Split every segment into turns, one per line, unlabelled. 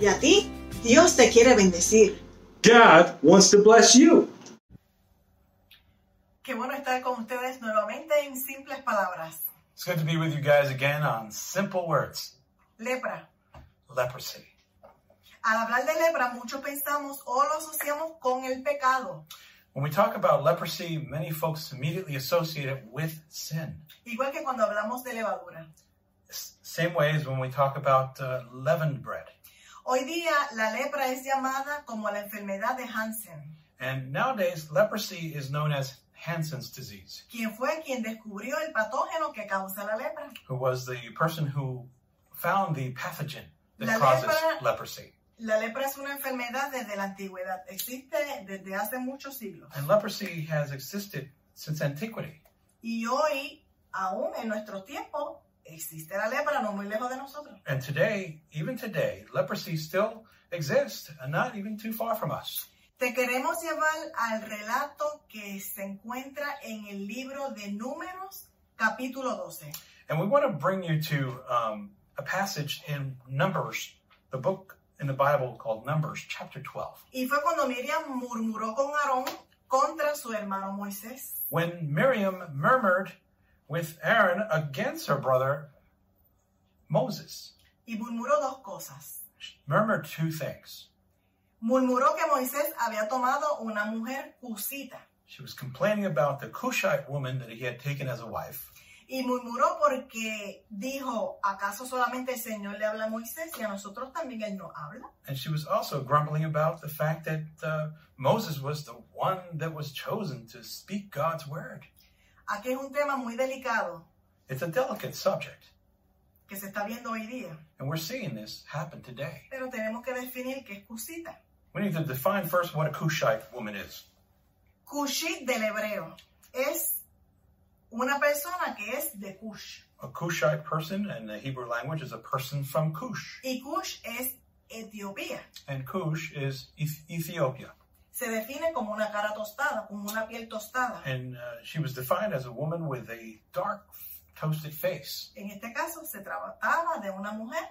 Y a ti, Dios te quiere bendecir.
God wants to bless you.
Qué bueno estar con ustedes nuevamente en simples palabras.
It's good to be with you guys again on Simple Words
Lepra.
Leprosy.
Al hablar de lepra, muchos pensamos o lo asociamos con el pecado.
When we talk about leprosy, many folks immediately associate it with sin.
Igual que cuando hablamos de levadura.
S- Same way as when we talk about uh, leavened bread.
Hoy día, la lepra es llamada como la enfermedad de Hansen,
And nowadays, leprosy is known as Hansen's disease,
quien fue quien descubrió el patógeno que causa la lepra.
who was the person who found the pathogen that
La
causes
lepra-
leprosy.
La lepra es una enfermedad desde la antigüedad. Existe desde hace muchos siglos.
And leprosy has existed since antiquity.
Y hoy, aún en nuestros tiempos, existe la lepra, no muy lejos de nosotros.
And today, even today, leprosy still exists and not even too far from us.
Te queremos llevar al relato que se encuentra en el libro de Números, capítulo 12.
And we want to bring you to um, a passage in Numbers, the book in the Bible called Numbers, chapter 12.
Y fue cuando Miriam murmuró con Aarón contra su hermano Moisés.
When Miriam murmured with Aaron against her brother Moses,
Y murmuró dos cosas.
murmured two things.
Murmuró que Moisés había tomado una mujer cusita.
She was complaining about the Cushite woman that he had taken as a wife,
Y murmuró porque dijo, ¿acaso solamente el Señor le habla a Moisés y a nosotros también Él no habla?
and she was also grumbling about the fact that uh, Moses was the one that was chosen to speak God's word.
Aquí es un tema muy delicado
It's a delicate subject,
que se está viendo hoy día,
and we're seeing this happen today.
pero tenemos que definir qué es cusita.
We need to define first what a Cushite woman is.
Cushit del hebreo es una persona que es de Cush.
A Cushite person in the Hebrew language is a person from Cush,
Y Cush es Etiopía.
and Cush is Eth- Ethiopia.
Se define como una cara tostada, como una piel tostada.
And uh, she was defined as a woman with a dark, toasted face.
En este caso se trataba de una mujer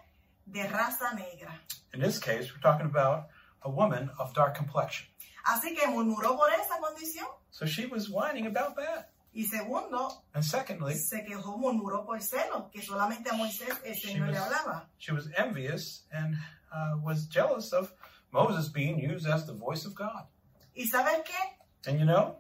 de raza negra.
In this case, we're talking about a woman of dark complexion.
Así que murmuró por esa condición.
So she was whining about that.
Y segundo,
And secondly,
se quejó, murmuró por celos, que solamente a Moisés el Señor le hablaba.
she was envious and uh, was jealous of Moses being used as the voice of God.
¿Y sabes qué?
And you know,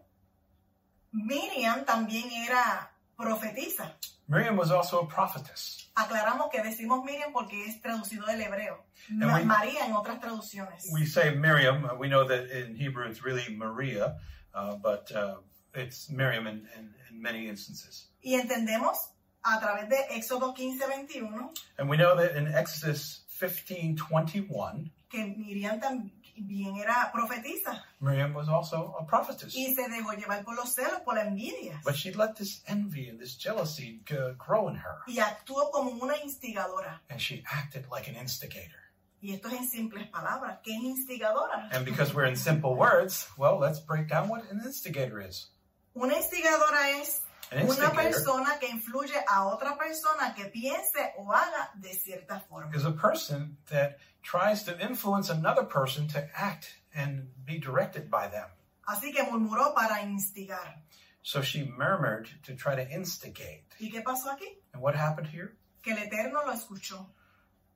Miriam también era profetisa.
Miriam was also a prophetess.
Aclaramos que decimos Miriam porque es traducido del hebreo.
And
Ma-
we-
María en otras traducciones.
we say Miriam. uh, We know that in Hebrew it's really Maria, uh, but uh, it's Miriam in, in, in many instances.
Y entendemos a través de Éxodo 15, 21
And we know that in Exodus 15 21,
que Miriam también era profetisa
Miriam was also a prophetess.
y se dejó llevar por los celos, por la envidia
But she let this envy and this jealousy g- grow in her,
y actuó como una instigadora.
and she acted like an instigator.
Y esto es en simples palabras, ¿qué es instigadora?
And because we're in simple words, well, let's break down what an instigator is.
Una instigadora es
An
una
instigator
persona que influye a otra persona que piense o haga de cierta forma.
is a person that tries to influence another person to act and be directed by them.
Así que murmuró para instigar.
So she murmured to try to instigate.
¿Y qué pasó aquí?
And what happened here?
Que el Eterno lo escuchó.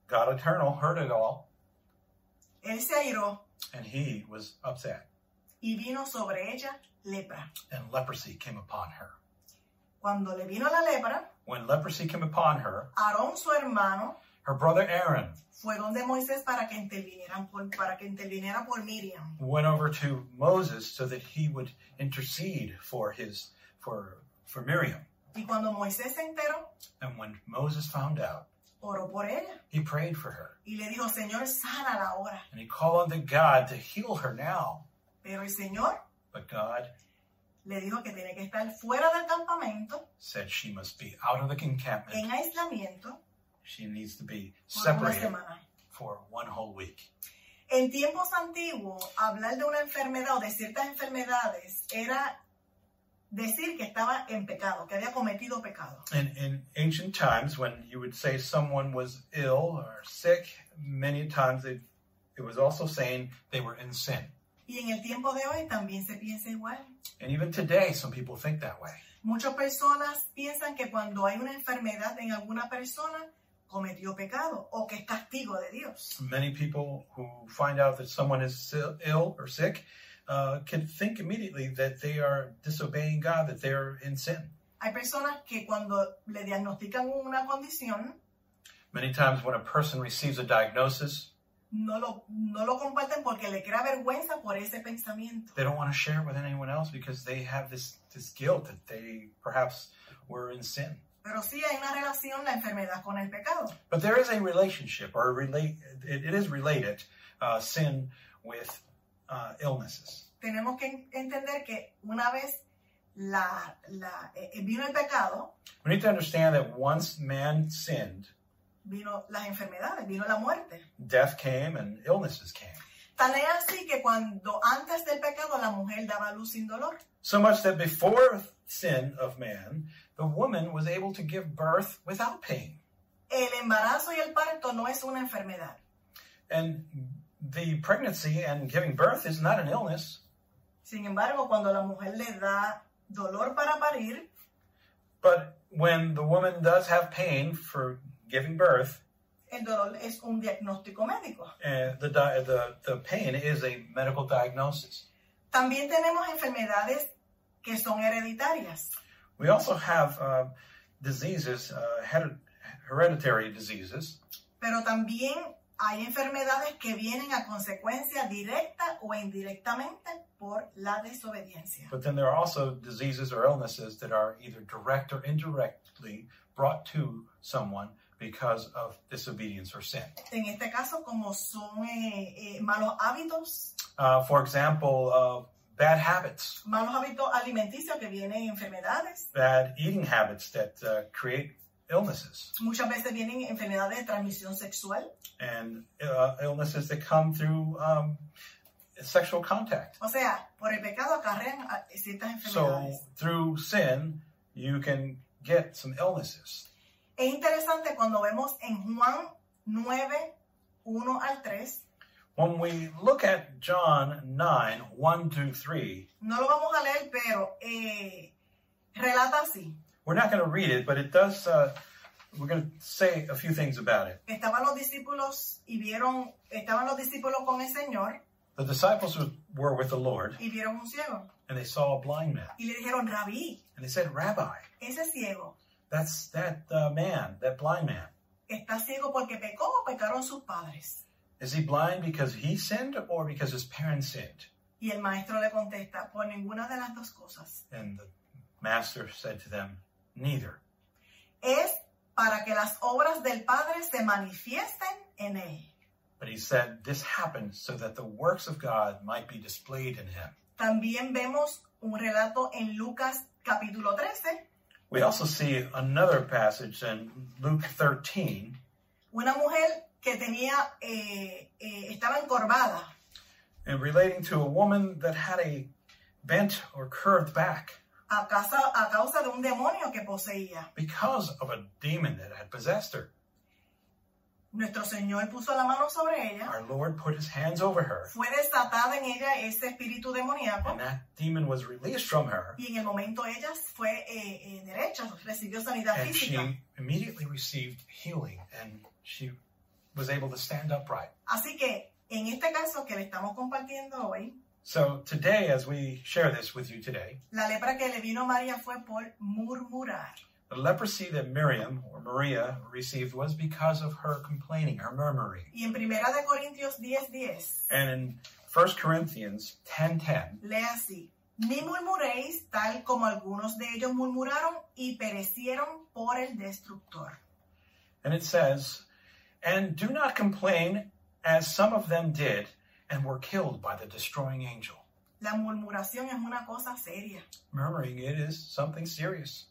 God Eternal heard it all,
Él se airó
and he was upset.
y vino sobre ella lepra.
And leprosy came upon her.
Cuando le vino la lepra,
When leprosy came upon her,
Aarón, su hermano,
her brother Aaron
fue donde Moisés para que intervinieran por, para que interviniera por Miriam.
went over to Moses so that he would intercede for his for for Miriam.
Y cuando Moisés se enteró,
And when Moses found out,
oró por ella
he prayed for her.
y le dijo, Señor, sana la hora.
And he called on to God to heal her now.
Pero el Señor
But God
le dijo que tiene que estar fuera del campamento,
said she must be out of the encampment.
en aislamiento,
She needs to be
por una
separated
semana.
for one whole week.
En tiempos antiguos, hablar de una enfermedad o de ciertas enfermedades era decir que estaba en pecado, que había cometido pecado.
In, in ancient times, when you would say someone was ill or sick, many times they'd It was also saying they were in sin.
Y en el tiempo de hoy también se piensa igual.
And even today, some people think that way.
Muchas personas piensan que cuando hay una enfermedad en alguna persona, cometió pecado o que es castigo de Dios.
Many people who find out that someone is si- ill or sick uh, can think immediately that they are disobeying God, that they're in sin.
Hay personas que cuando le diagnostican una condición,
Many times, when a person receives a diagnosis,
no lo, no lo comparten porque le crea vergüenza por ese pensamiento.
they don't want to share it with anyone else because they have this, this guilt that they perhaps were in sin.
Pero sí hay una relación la enfermedad con el pecado.
But there is a relationship, or a relate, it, it is related, uh, sin with uh, illnesses.
Tenemos que en- entender que una vez la, la- eh, eh, vino el pecado,
We need to understand that once man sinned,
vino las enfermedades, vino la muerte.
death came and illnesses came.
Tan es así que cuando antes del pecado la mujer daba luz sin dolor.
So much that before sin of man, the woman was able to give birth without pain.
El embarazo y el parto no es una enfermedad.
And the pregnancy and giving birth is not an illness,
Sin embargo, cuando la mujer le da dolor para parir,
but when the woman does have pain for giving birth,
el dolor es un diagnóstico médico.
uh, the, di- the, the pain is a medical diagnosis.
También tenemos enfermedades que son hereditarias.
We also have uh, diseases, uh, hered- hereditary diseases,
pero también hay enfermedades que vienen a consecuencia directa o indirectamente por la desobediencia.
but then there are also diseases or illnesses that are either direct or indirectly brought to someone because of disobedience or sin.
En este caso, como son eh, eh, malos hábitos,
Uh, for example, uh, bad habits,
malos hábitos alimenticios que vienen enfermedades,
bad eating habits that uh, create illnesses,
muchas veces vienen enfermedades de transmisión sexual,
and uh, illnesses that come through um, sexual contact.
o sea, por el pecado acarrean a- ciertas
So
enfermedades.
through sin, you can get some illnesses.
es interesante cuando vemos en Juan 9, 1 al 3,
When we look at John 9, 1 through 3,
no lo vamos a leer, pero eh, relata así.
we're not going to read it, but it does, uh, we're going to say a few things about it.
estaban los discípulos y vieron, estaban los discípulos con el Señor
The disciples were with the Lord,
y vieron un ciego.
and they saw a blind man,
Y le dijeron, Rabí,
and they said, Rabbi,
ese ciego
that's that uh, man, that blind man.
está ciego porque pecó o pecaron sus padres.
Is he blind because he sinned or because his parents sinned?
Y el maestro le contesta, por ninguna de las dos cosas.
And the master said to them, Neither.
Es para que las obras del Padre se manifiesten en él.
But he said, This happened so that the works of God might be displayed in him.
También vemos un relato en Lucas capítulo 13,
We also see another passage in Luke 13.
una mujer que tenía, eh, eh, estaba encorvada
and relating to a woman that had a bent or curved back
a causa, a causa de un demonio que poseía.
because of a demon that had possessed her.
Nuestro Señor puso la mano sobre ella,
Our Lord put his hands over her,
fue desatada en ella ese espíritu demoníaco
and that demon was released from her,
y en el momento ella fue eh, eh, derecha, recibió sanidad
and
física.
she immediately received healing, and she was able to stand upright.
Así que en este caso que le estamos compartiendo hoy,
So today, as we share this with you today,
la lepra que le vino a María fue por murmurar.
the leprosy that Miriam or Maria received was because of her complaining, her murmuring.
Y en Primera de Corintios 10:10 10,
And in 1 Corinthians 10:10,
lee así, ni murmuréis tal como algunos de ellos murmuraron y perecieron por el destructor.
And it says, And do not complain as some of them did and were killed by the destroying angel.
La murmuración es una cosa seria.
Murmuring, it is something serious.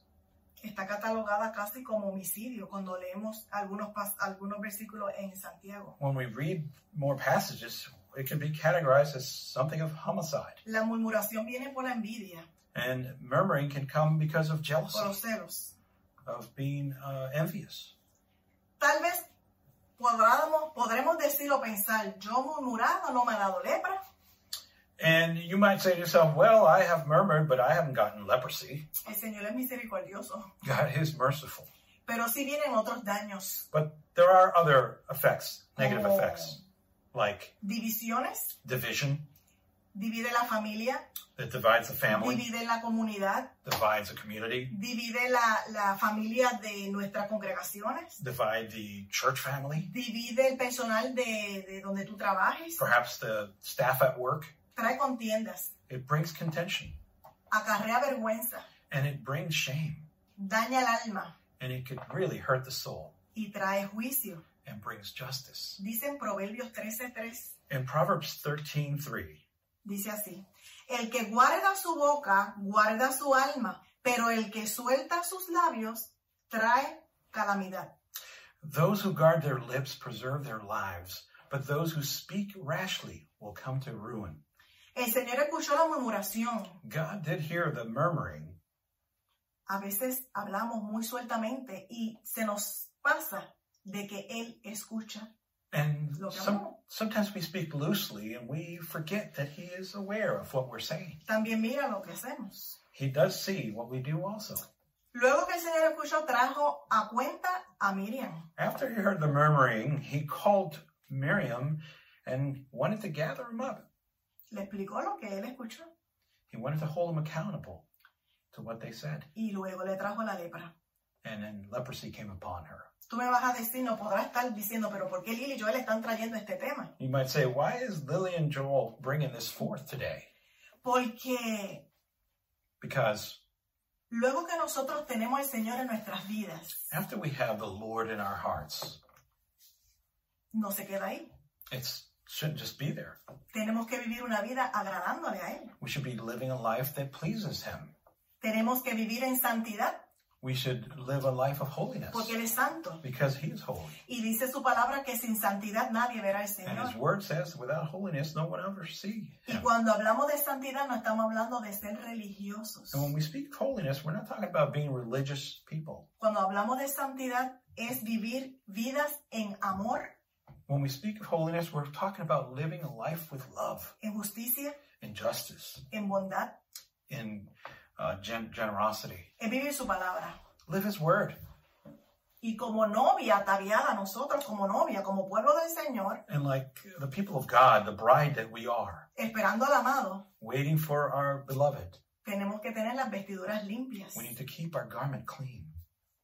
Está catalogada casi como homicidio cuando leemos algunos, pas- algunos versículos en Santiago.
When we read more passages, it can be categorized as something of homicide.
La murmuración viene por la envidia,
And murmuring can come because
por
of
los
jealousy,
celos.
of being uh, envious.
Tal vez podremos, podremos decir o pensar, yo murmurado no me ha dado lepra.
And you might say to yourself, well, I have murmured, but I haven't gotten leprosy.
El Señor es misericordioso.
God is merciful.
Pero sí vienen otros daños,
But there are other effects, negative
Oh.
effects, like
divisiones,
division
divide la familia,
that divides a family,
divide la comunidad,
divides a community,
divide la, la familia de nuestras congregaciones,
divide the church family,
divide el personal de, de donde tú trabajes,
perhaps the staff at work.
trae contiendas,
It brings contention
acarrea vergüenza,
and it brings shame
daña el alma
and it could really hurt the soul
y trae juicio.
and brings justice.
Dicen Proverbios 13:3.
In Proverbs 13:3,
Dice así, el que guarda su boca, guarda su alma, pero el que suelta sus labios, trae calamidad.
those who guard their lips preserve their lives, but those who speak rashly will come to ruin.
El Señor escuchó la murmuración.
God did hear the murmuring,
A veces hablamos muy sueltamente y se nos pasa de que Él escucha.
and
Lo que
some,
hablamos.
sometimes we speak loosely and we forget that He is aware of what we're saying.
También mira lo que hacemos.
He does see what we do also.
Luego que el Señor escuchó, trajo a cuenta a Miriam.
After he heard the murmuring, he called Miriam and wanted to gather him up.
Le explicó lo que Él escuchó
He wanted to hold them accountable to what they said.
y luego le trajo la lepra.
And then leprosy came upon her.
Tú me vas a decir, no podrás estar diciendo, pero ¿por qué Lili y Joel están trayendo este tema?
You might say, why is Lily and Joel bringing this forth today?
Porque
Because
luego que nosotros tenemos al Señor en nuestras vidas,
after we have the Lord in our hearts,
no se queda ahí.
it shouldn't just be there.
Tenemos que vivir una vida agradándole a Él.
We should be living a life that pleases him.
Tenemos que vivir en santidad
We should live a life of holiness
porque Él es santo.
because he is holy.
Y dice su palabra que sin santidad nadie verá al
And his
Señor.
word says, without holiness, no one will ever see
Y
him.
cuando hablamos de santidad no estamos hablando de ser religiosos.
And when we speak of holiness, we're not talking about being religious people.
Cuando hablamos de santidad es vivir vidas en amor,
When we speak of holiness, we're talking about living a life with love
en justicia,
and justice
en bondad.
and uh, gen- generosity.
Es vivir su palabra.
Live His Word
Y como novia ataviada, nosotros como novia, como pueblo del Señor,
and like the people of God, the bride that we are,
esperando al amado,
waiting for our beloved.
tenemos que tener las vestiduras limpias,
We need to keep our garment clean,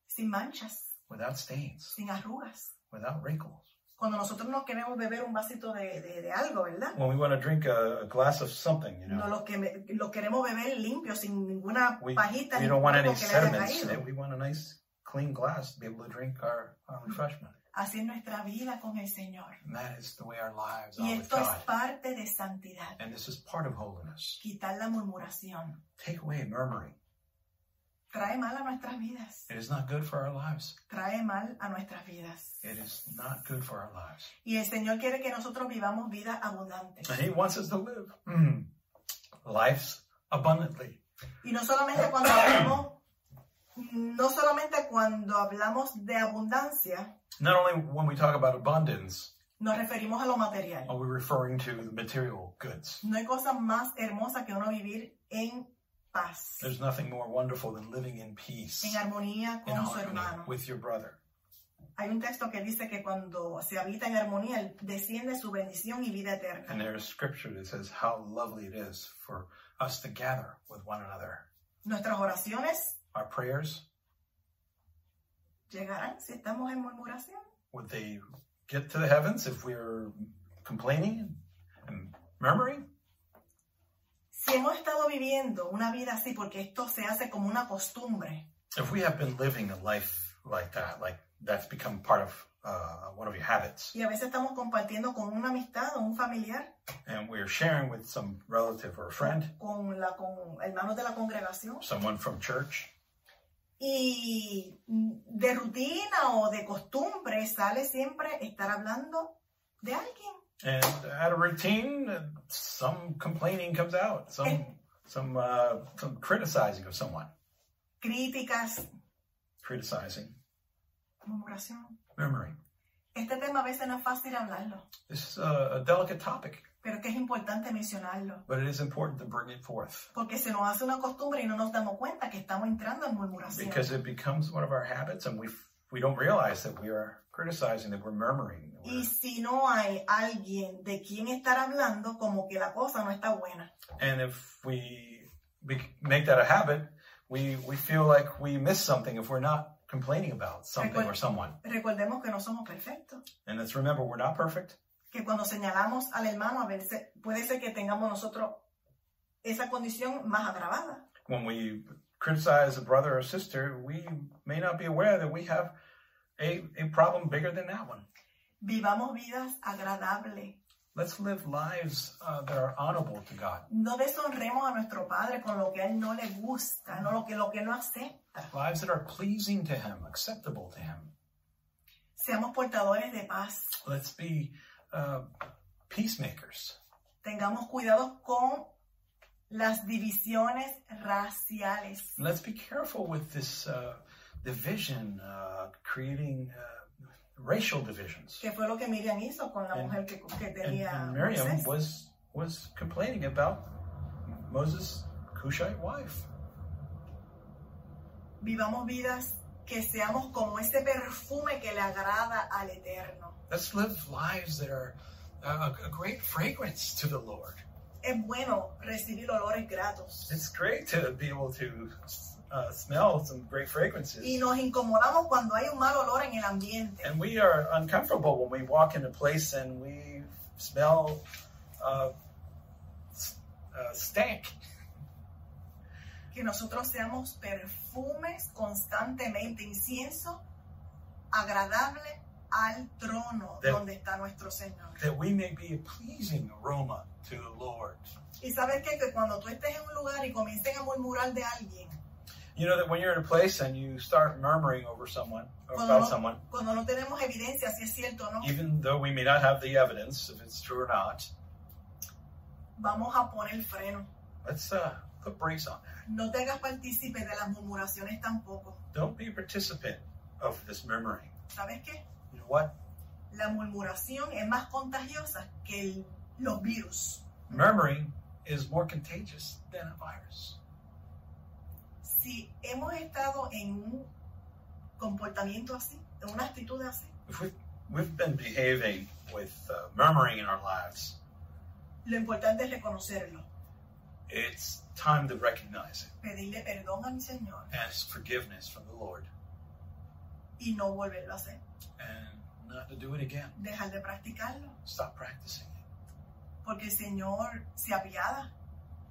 sin manchas,
without stains,
sin arrugas.
without wrinkles.
Cuando nosotros nos queremos beber un vasito de, de- de algo, ¿verdad?
When we want to drink a, a glass of something, you
No
know,
los que me- los queremos beber limpios, sin ninguna
we,
pajita,
we
ni
don't want any
polvo que le haya
sediments.
caído.
We want a nice, clean glass to be able to drink our, our refreshment.
Así es nuestra vida con el Señor.
And that is the way our lives
Y
are with
esto es
God.
parte de santidad.
And this is part of holiness.
Quitar la murmuración.
Take away murmuring.
Trae mal a nuestras vidas.
It is not good for our lives.
Trae mal a nuestras vidas.
It is not good for our lives.
Y el Señor quiere que nosotros vivamos vidas abundantes.
And He wants us to live mm, lives abundantly.
Y no solamente cuando hablamos, no solamente cuando hablamos de abundancia,
Not only when we talk about abundance,
nos referimos a lo material.
are we referring to the material goods.
No hay cosa más hermosa que uno vivir en paz,
There's nothing more wonderful than living in peace,
en armonía
in
con su
harmony
hermano.
with your brother.
Hay un texto que dice que cuando se habita en armonía, Él desciende su bendición y vida
And
eterna.
there's scripture that says how lovely it is for us to gather with one another.
Nuestras oraciones
Our prayers,
llegarán si estamos en murmuración.
would they get to the heavens if we're complaining and murmuring?
Si hemos estado viviendo una vida así, porque esto se hace como una costumbre,
If we have been living a life like that, like that's become part of uh, one of your habits,
y a veces estamos compartiendo con una amistad o un familiar,
and we're sharing with some relative or friend,
con, la, con hermanos de la congregación
someone from church,
y de rutina o de costumbre sale siempre estar hablando de alguien.
and out of routine, uh, some complaining comes out, some some uh, some criticizing of someone,
Críticas,
criticizing,
murmuración.
murmuring.
Este tema a veces no es fácil hablarlo,
This is a, a delicate topic,
pero es que es importante mencionarlo,
but it is important to bring it forth
porque se nos hace una costumbre y no nos damos cuenta que estamos entrando en murmuración.
because it becomes one of our habits, and we we don't realize that we are criticizing, that we're murmuring. that
Y
we're-
si no hay alguien de quien estar hablando, como que la cosa no está buena.
and if we be- make that a habit, we we feel like we miss something if we're not complaining about something or someone.
Recordemos que no somos perfectos,
And let's remember, we're not perfect.
que cuando señalamos al hermano, a veces puede ser que tengamos nosotros esa condición más agravada.
When we criticize a brother or sister, we may not be aware that we have a, a problem bigger than that one.
Vivamos vidas agradables.
Let's live lives uh, that are honorable to God.
No deshonremos a nuestro Padre con lo que a Él no le gusta, no lo que, lo que no acepta.
Lives that are pleasing to Him, acceptable to Him.
Seamos portadores de paz.
Let's be uh, peacemakers.
Tengamos cuidado con las divisiones raciales.
Let's be careful with this uh, division, uh, creating uh, racial divisions.
que fue lo que Miriam hizo con la
And-
mujer que, que
And,
tenía
and Miriam pues.
Moisés.
was was complaining about Moses' Cushite wife.
Vivamos vidas que seamos como ese perfume que le agrada al Eterno.
Let's live lives that are uh, a, a great fragrance to the Lord.
Es bueno recibir olores gratos.
It's great to be able to uh, smell some great
Y
fragrances.
nos incomodamos cuando hay un mal olor en el ambiente.
And we are uncomfortable when we walk in a place and we smell uh, s- uh, stank.
Que nosotros seamos perfumes constantemente, incienso agradable al trono
Del-
donde está nuestro Señor.
that we may be a pleasing aroma to the Lord.
Y sabes qué? que cuando tú estés en un lugar y comiencen a murmurar de alguien,
You know that when you're in a place and you start murmuring over someone or
Well,
about
no.
someone,
cuando no tenemos evidencia si es cierto o no,
even though we may not have the evidence if it's true or not,
vamos a poner freno.
let's uh, put brakes on that.
No te hagas partícipe de las murmuraciones tampoco.
Don't be a participant of this murmuring.
¿Sabes qué?
You know what?
La murmuración es más contagiosa que el- los virus.
Murmuring is more contagious than a virus.
Si hemos estado en un comportamiento así, en una actitud así,
If we've, we've been behaving with uh, murmuring in our lives,
lo importante es reconocerlo,
it's time to recognize it
pedirle perdón a mi Señor
and ask forgiveness from the Lord
y no volverlo a hacer.
and not to do it again.
Dejar de practicarlo,
Stop practicing it.
porque el Señor se apiada,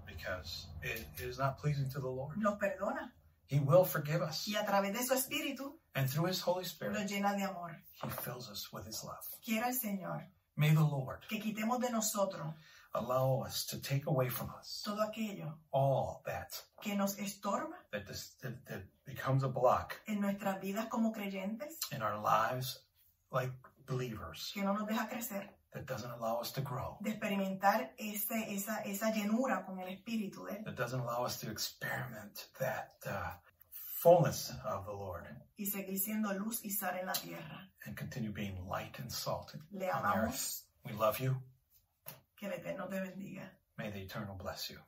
because it, it is not pleasing to the Lord.
nos perdona
He will forgive us,
y a través de su espíritu
and through His Holy
nos
Spirit,
llena de amor.
He fills us with His love.
Quiera el Señor
May the Lord
que quitemos de nosotros
allow us to take away from us
todo aquello
all that
que nos estorba
that, dis- that, that becomes a block
en nuestras vidas como creyentes,
in our lives, like believers,
que no nos deja crecer,
that doesn't allow us to grow,
de experimentar ese, esa, esa llenura con el Espíritu de Él
that doesn't allow us to experiment that uh, fullness of the Lord
y seguir siendo luz y sal en la tierra.
and continue being light and salt on
Le
the earth.
amamos,
We love you.
que el Eterno te bendiga.
May the Eternal bless you.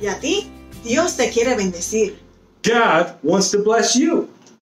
Y a ti, Dios te quiere bendecir.
God wants to bless you.